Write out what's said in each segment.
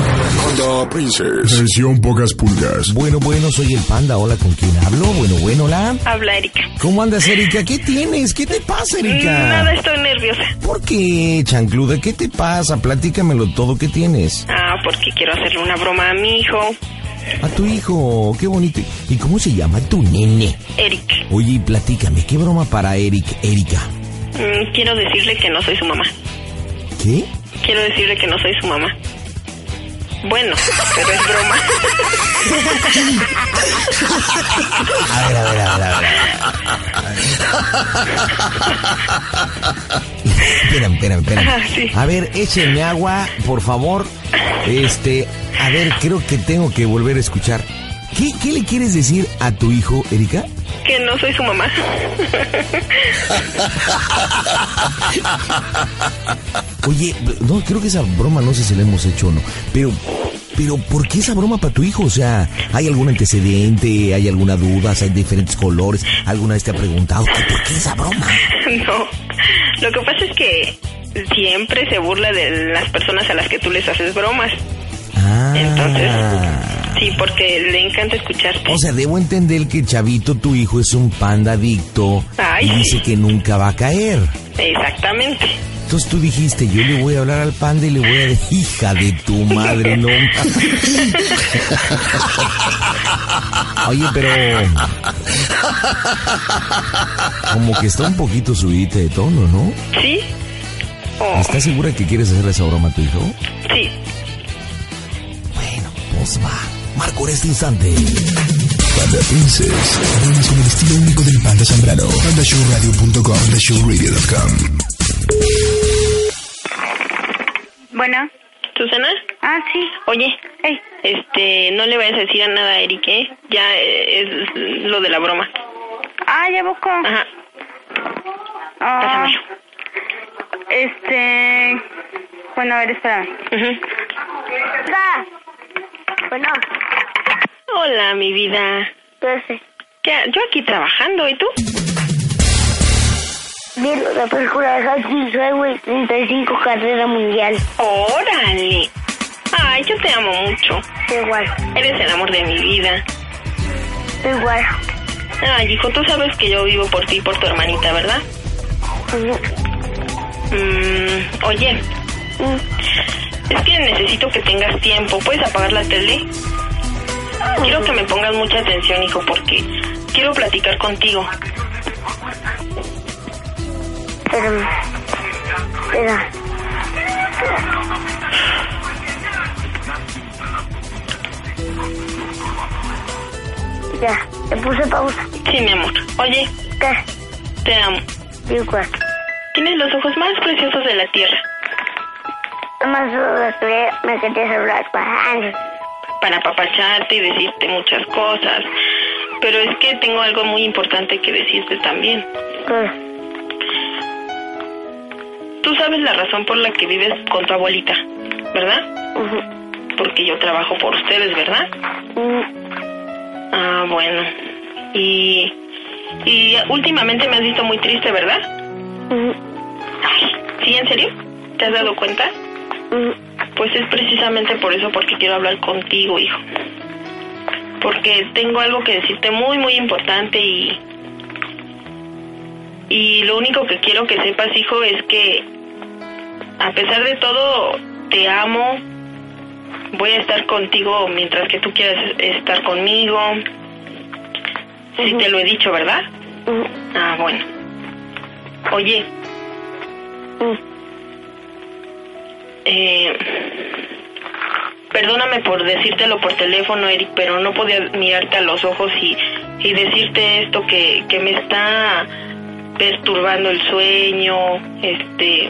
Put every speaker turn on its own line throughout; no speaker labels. Panda Princess.
Versión pocas pulgas.
Bueno, bueno, soy el panda. Hola, ¿con quién hablo? Bueno, bueno, hola.
Habla Erika. Mm,
¿Cómo andas, Erika? ¿Qué tienes? ¿Qué te pasa, Erika?
Nada, estoy nerviosa.
¿Por qué, chancluda? ¿Qué te pasa? Platícamelo todo. ¿Qué tienes?
Ah, porque quiero hacerle una broma a mi hijo,
A tu hijo. Qué bonito. ¿Y cómo se llama tu nene?
Eric.
Oye, y platícame. ¿Qué broma para Eric, Erika?
Mm, quiero decirle que no soy su mamá.
¿Qué?
Quiero decirle que no soy su mamá. Bueno, pero es broma.
A ver, a ver, a ver, a ver. Espérame, espérame,
Ah, sí.
espérame. A ver, échenme agua, por favor. Este, a ver, creo que tengo que volver a escuchar. ¿Qué, qué le quieres decir a tu hijo, Erika?
Que no soy su mamá.
Oye, no, creo que esa broma no sé si la hemos hecho o no, pero... Pero, ¿por qué esa broma para tu hijo? O sea, ¿hay algún antecedente? ¿Hay alguna duda? ¿Hay diferentes colores? ¿Alguna vez te ha preguntado? ¿Qué, ¿Por qué esa broma?
No. Lo que pasa es que siempre se burla de las personas a las que tú les haces bromas.
Ah.
Entonces, sí, porque le encanta escucharte.
O sea, debo entender que Chavito, tu hijo, es un panda adicto
Ay.
y dice que nunca va a caer.
Exactamente.
Entonces tú dijiste, yo le voy a hablar al panda y le voy a decir, hija de tu madre, no. ma-". Oye, pero... Como que está un poquito subidita de tono, ¿no?
¿Sí? Oh,
¿Estás segura que quieres hacer esa broma a tu hijo?
sí.
Bueno, pues va. Marco en este instante.
Panda Princess. Adornas con el estilo único del Panda Zambrano. PandaShowRadio.com. PandaShowRadio.com.
Bueno,
¿Susana?
ah, sí.
Oye,
Ey,
este, no le vayas a decir a nada a Eric, ¿eh? Ya eh, es lo de la broma.
ah, ya busco.
Ajá,
Ah,
pásamelo.
este. Bueno, a ver, espérame.
Ujú.
Bueno,
Hola, mi vida.
entonces,
Ya, yo aquí trabajando, ¿y tú?
viendo la película de Hudson Highway 35 carrera mundial.
¡Órale! Ay, yo te amo mucho.
Igual,
Eres el amor de mi vida.
igual.
Ay, hijo, tú sabes que yo vivo por ti y por tu hermanita, ¿verdad? Mm, oye, Mm, es que necesito que tengas tiempo. ¿Puedes apagar la tele? Quiero que me pongas mucha atención, hijo, porque quiero platicar contigo.
Espérame. Espera. Ya, le puse pausa.
Sí, mi amor. Oye,
¿Qué?
te amo.
Igual.
Tienes los ojos más preciosos de la tierra.
Más sobre me querías hablar para
para apapacharte y decirte muchas cosas. Pero es que tengo algo muy importante que decirte también.
Pues,
Tú sabes la razón por la que vives con tu abuelita, ¿verdad? Porque yo trabajo por ustedes, ¿verdad? Ah, bueno. Y, y últimamente me has visto muy triste, ¿verdad? Ay, ¿sí, en serio? ¿Te has dado cuenta? Pues es precisamente por eso porque quiero hablar contigo, hijo. Porque tengo algo que decirte muy, muy importante y... Y lo único que quiero que sepas, hijo, es que a pesar de todo, te amo. Voy a estar contigo mientras que tú quieras estar conmigo. Sí, te lo he dicho, ¿verdad? Ah, bueno. Oye, Eh, perdóname por decírtelo por teléfono, Eric, pero no podía mirarte a los ojos y, y decirte esto que, que me está perturbando el sueño, este...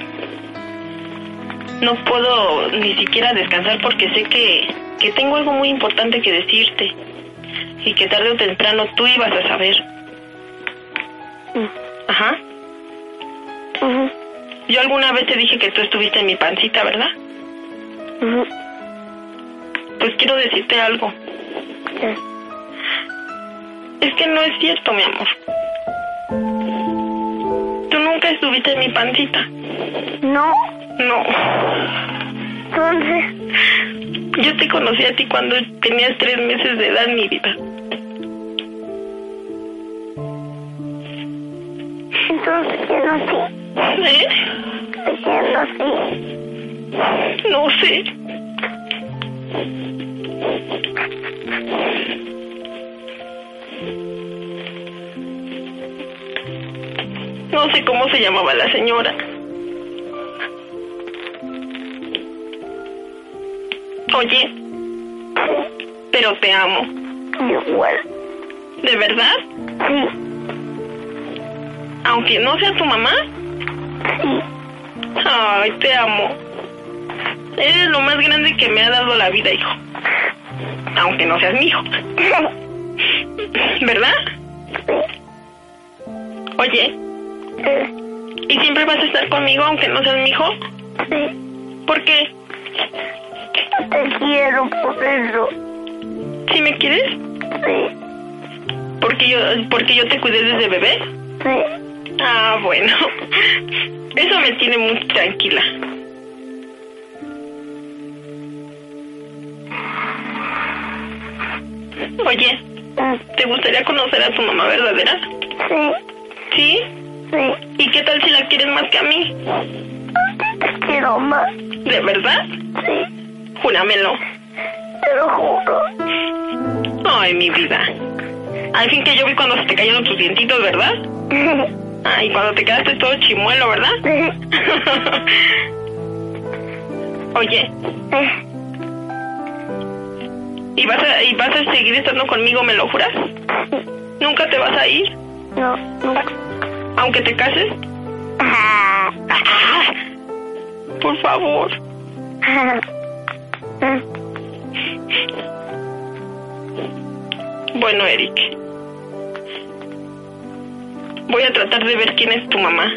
No puedo ni siquiera descansar porque sé que, que tengo algo muy importante que decirte y que tarde o temprano tú ibas a saber. Ajá. Yo alguna vez te dije que tú estuviste en mi pancita, ¿verdad? Pues quiero decirte algo. Es que no es cierto, mi amor. Tú nunca estuviste en mi pancita.
No,
No.
entonces,
Yo te conocí a ti cuando tenías tres meses de edad, mi vida.
Entonces yo no sé.
¿Eh?
Yo no sé.
No sé. No sé cómo se llamaba la señora. Oye, pero te amo.
Igual.
¿De verdad?
Sí,
Aunque no sea tu mamá.
sí.
Ay, te amo. Eres lo más grande que me ha dado la vida, hijo. Aunque no seas mi hijo. ¿Verdad? Oye,
Eh,
¿y siempre vas a estar conmigo aunque no seas mi hijo?
sí.
¿Por qué?
Te quiero por eso.
¿Si me quieres?
Sí,
Porque yo, porque yo te cuidé desde bebé.
sí.
Ah, bueno. Eso me tiene muy tranquila. Oye,
Mm,
¿te gustaría conocer a tu mamá verdadera?
Sí,
¿Sí?
sí.
¿Y qué tal si la quieres más que a mí?
Te quiero más.
¿De verdad?
Sí,
Júramelo.
te lo juro.
Ay, mi vida. Al fin que yo vi cuando se te cayeron tus dientitos, ¿verdad? Ay, cuando te quedaste todo chimuelo, ¿verdad?
Sí,
Oye,
eh,
¿y vas, a, ¿y vas a seguir estando conmigo, me lo juras? ¿Nunca te vas a ir?
No, nunca.
¿Aunque te cases?
Ah,
Ah, Por favor.
ah, ah.
Bueno, Eric. Voy a tratar de ver quién es tu mamá.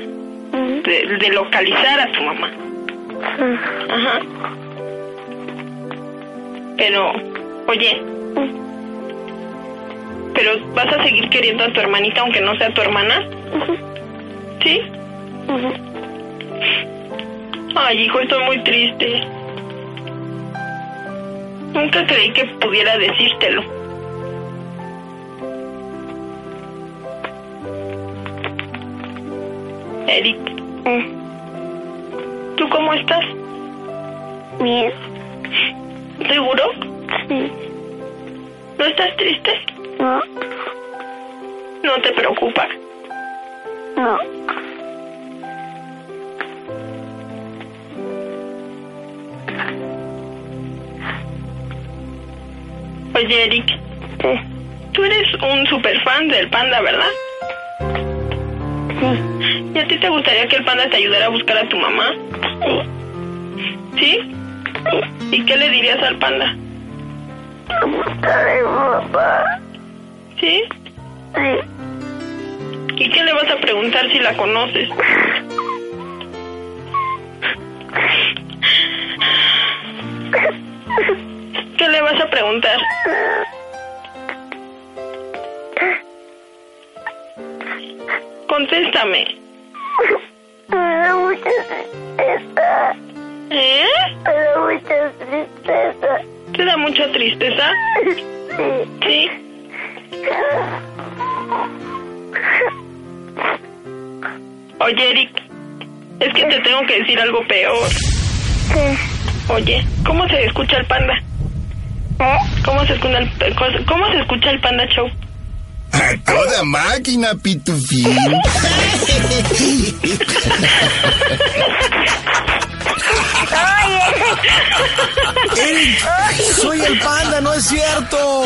Mm,
De, de localizar a tu mamá.
mm.
Ajá. Pero, oye. Pero vas a seguir queriendo a tu hermanita aunque no sea tu hermana. ¿Sí? Ay, hijo, estoy muy triste. Nunca creí que pudiera decírtelo. Eric,
Eh,
¿tú cómo estás?
Bien,
¿Seguro?
sí,
¿No estás triste?
no,
No te preocupa.
no,
Oye, Eric,
sí,
tú eres un super fan del panda, ¿verdad?
sí,
¿Y a ti te gustaría que el panda te ayudara a buscar a tu mamá?
sí.
¿Sí? ¿Y qué le dirías al panda?
Buscaré a mi papá.
¿Sí?
Sí,
¿Y qué le vas a preguntar si la conoces? ¿Qué le vas a preguntar? Contéstame.
me da mucha tristeza,
¿Eh?
me da mucha tristeza.
¿Te da mucha tristeza?
Sí,
Sí. Oye, Eric, es que te tengo que decir algo peor.
sí,
Oye, ¿cómo se escucha el panda?
¿eh?
¿Cómo se escucha el, cos- cómo se escucha el panda show?
A toda máquina, pitufín.
Eric, soy el panda, no es cierto.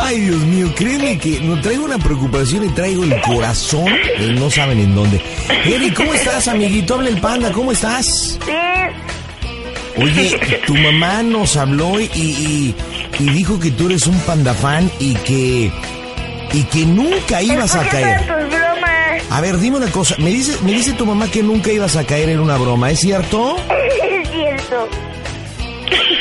Ay, Dios mío, créeme que no traigo una preocupación y traigo el corazón, eh, no saben en dónde. Eric, ¿cómo estás, amiguito? Habla el panda, ¿cómo estás?
Sí,
Oye, tu mamá nos habló y, y- y dijo que tú eres un panda fan y que, y que nunca ibas a
escucha
caer.
todas tus bromas.
A ver, dime una cosa. Me dice, me dice tu mamá que nunca ibas a caer en una broma, ¿es cierto?
Es cierto.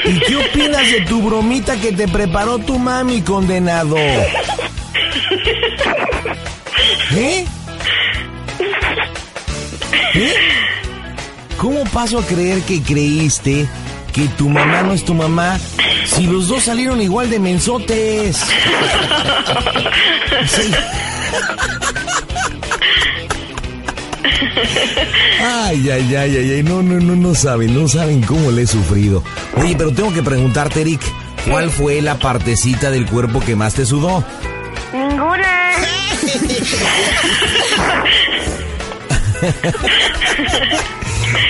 ¿Y qué opinas de tu bromita que te preparó tu mami, condenado? ¿Eh? ¿Eh? ¿Cómo paso a creer que creíste que tu mamá no es tu mamá si los dos salieron igual de mensotes? Sí. Ay, ay, ay, ay, ay, no, no, no, no saben, no saben cómo le he sufrido. Oye, pero tengo que preguntarte, Eric, ¿cuál fue la partecita del cuerpo que más te sudó?
Ninguna.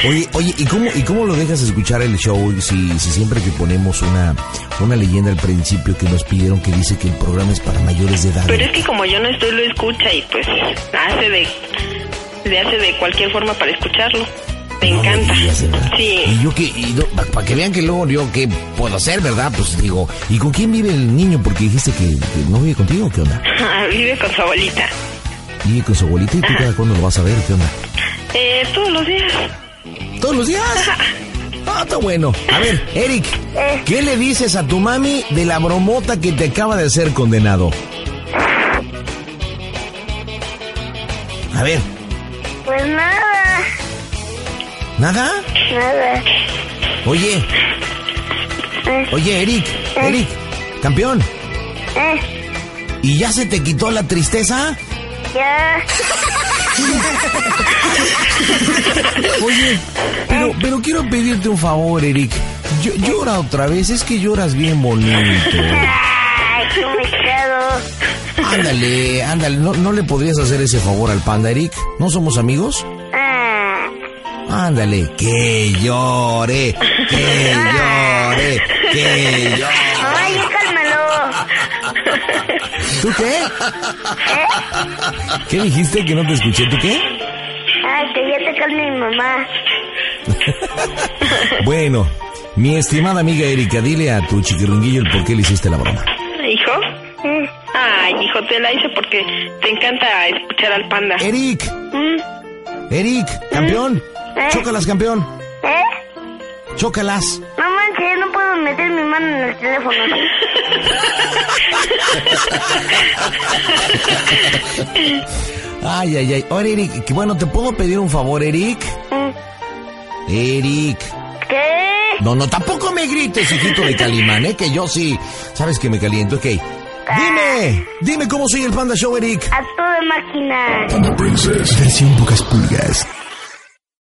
Oye, oye, ¿y cómo, ¿y cómo lo dejas escuchar el show si, si siempre que ponemos una, una leyenda al principio que nos pidieron que dice que el programa es para mayores de edad?
Pero es que como yo no estoy, lo escucha y pues hace de, le hace de cualquier forma para escucharlo. Me
No me
encanta.
digas, ¿eh? de verdad.
sí.
Y yo que, para que vean que luego yo qué puedo hacer, ¿verdad? Pues digo, ¿y con quién vive el niño? Porque dijiste que, que no vive contigo, ¿qué onda?
Vive con su abuelita.
Vive con su abuelita y tú cada cuándo lo vas a ver, ¿qué onda?
Eh, todos los días.
¿Todos los días? Ah, está bueno. A ver, Eric,
Eh.
¿qué le dices a tu mami de la bromota que te acaba de hacer condenado? A ver,
Pues nada,
¿nada?
nada.
Oye,
Eh,
oye, Eric, Eric, campeón,
eh,
¿y ya se te quitó la tristeza?
ya.
Oye, pero,
Eh.
pero quiero pedirte un favor, Eric. Yo- llora otra vez, es que lloras bien bonito.
Eh. Ay, qué mechado.
Ándale, ándale, ¿no, no le podrías hacer ese favor al panda, Eric? ¿No somos amigos?
Ah,
Ándale, que llore, que llore, que llore.
ay, ya cálmalo.
¿Tú qué? ¿Qué dijiste que no te escuché? ¿Tú qué?
Ay, que ya te calme mi mamá.
Bueno, mi estimada amiga Erika, dile a tu chiquiringuillo el por qué le hiciste la broma.
¿Hijo? Mm.
Eh,
Ay, hijo, te la hice porque te encanta escuchar al panda.
Eric,
mm,
Eric, campeón, chócalas, campeón,
¿Eh?
chócalas.
No manches, no puedo meter mi mano en el teléfono.
Ay, ay, ay. Ahora, Eric, que bueno, ¿te puedo pedir un favor, Eric?
Mm,
Eric.
¿Qué?
No, no, tampoco me grites, hijito de Calimán, ¿eh? Que yo sí, sabes que me caliento, ok. Dime, dime cómo soy el Panda Show, Eric.
A toda máquina.
Panda Princess. Versión pocas pulgas.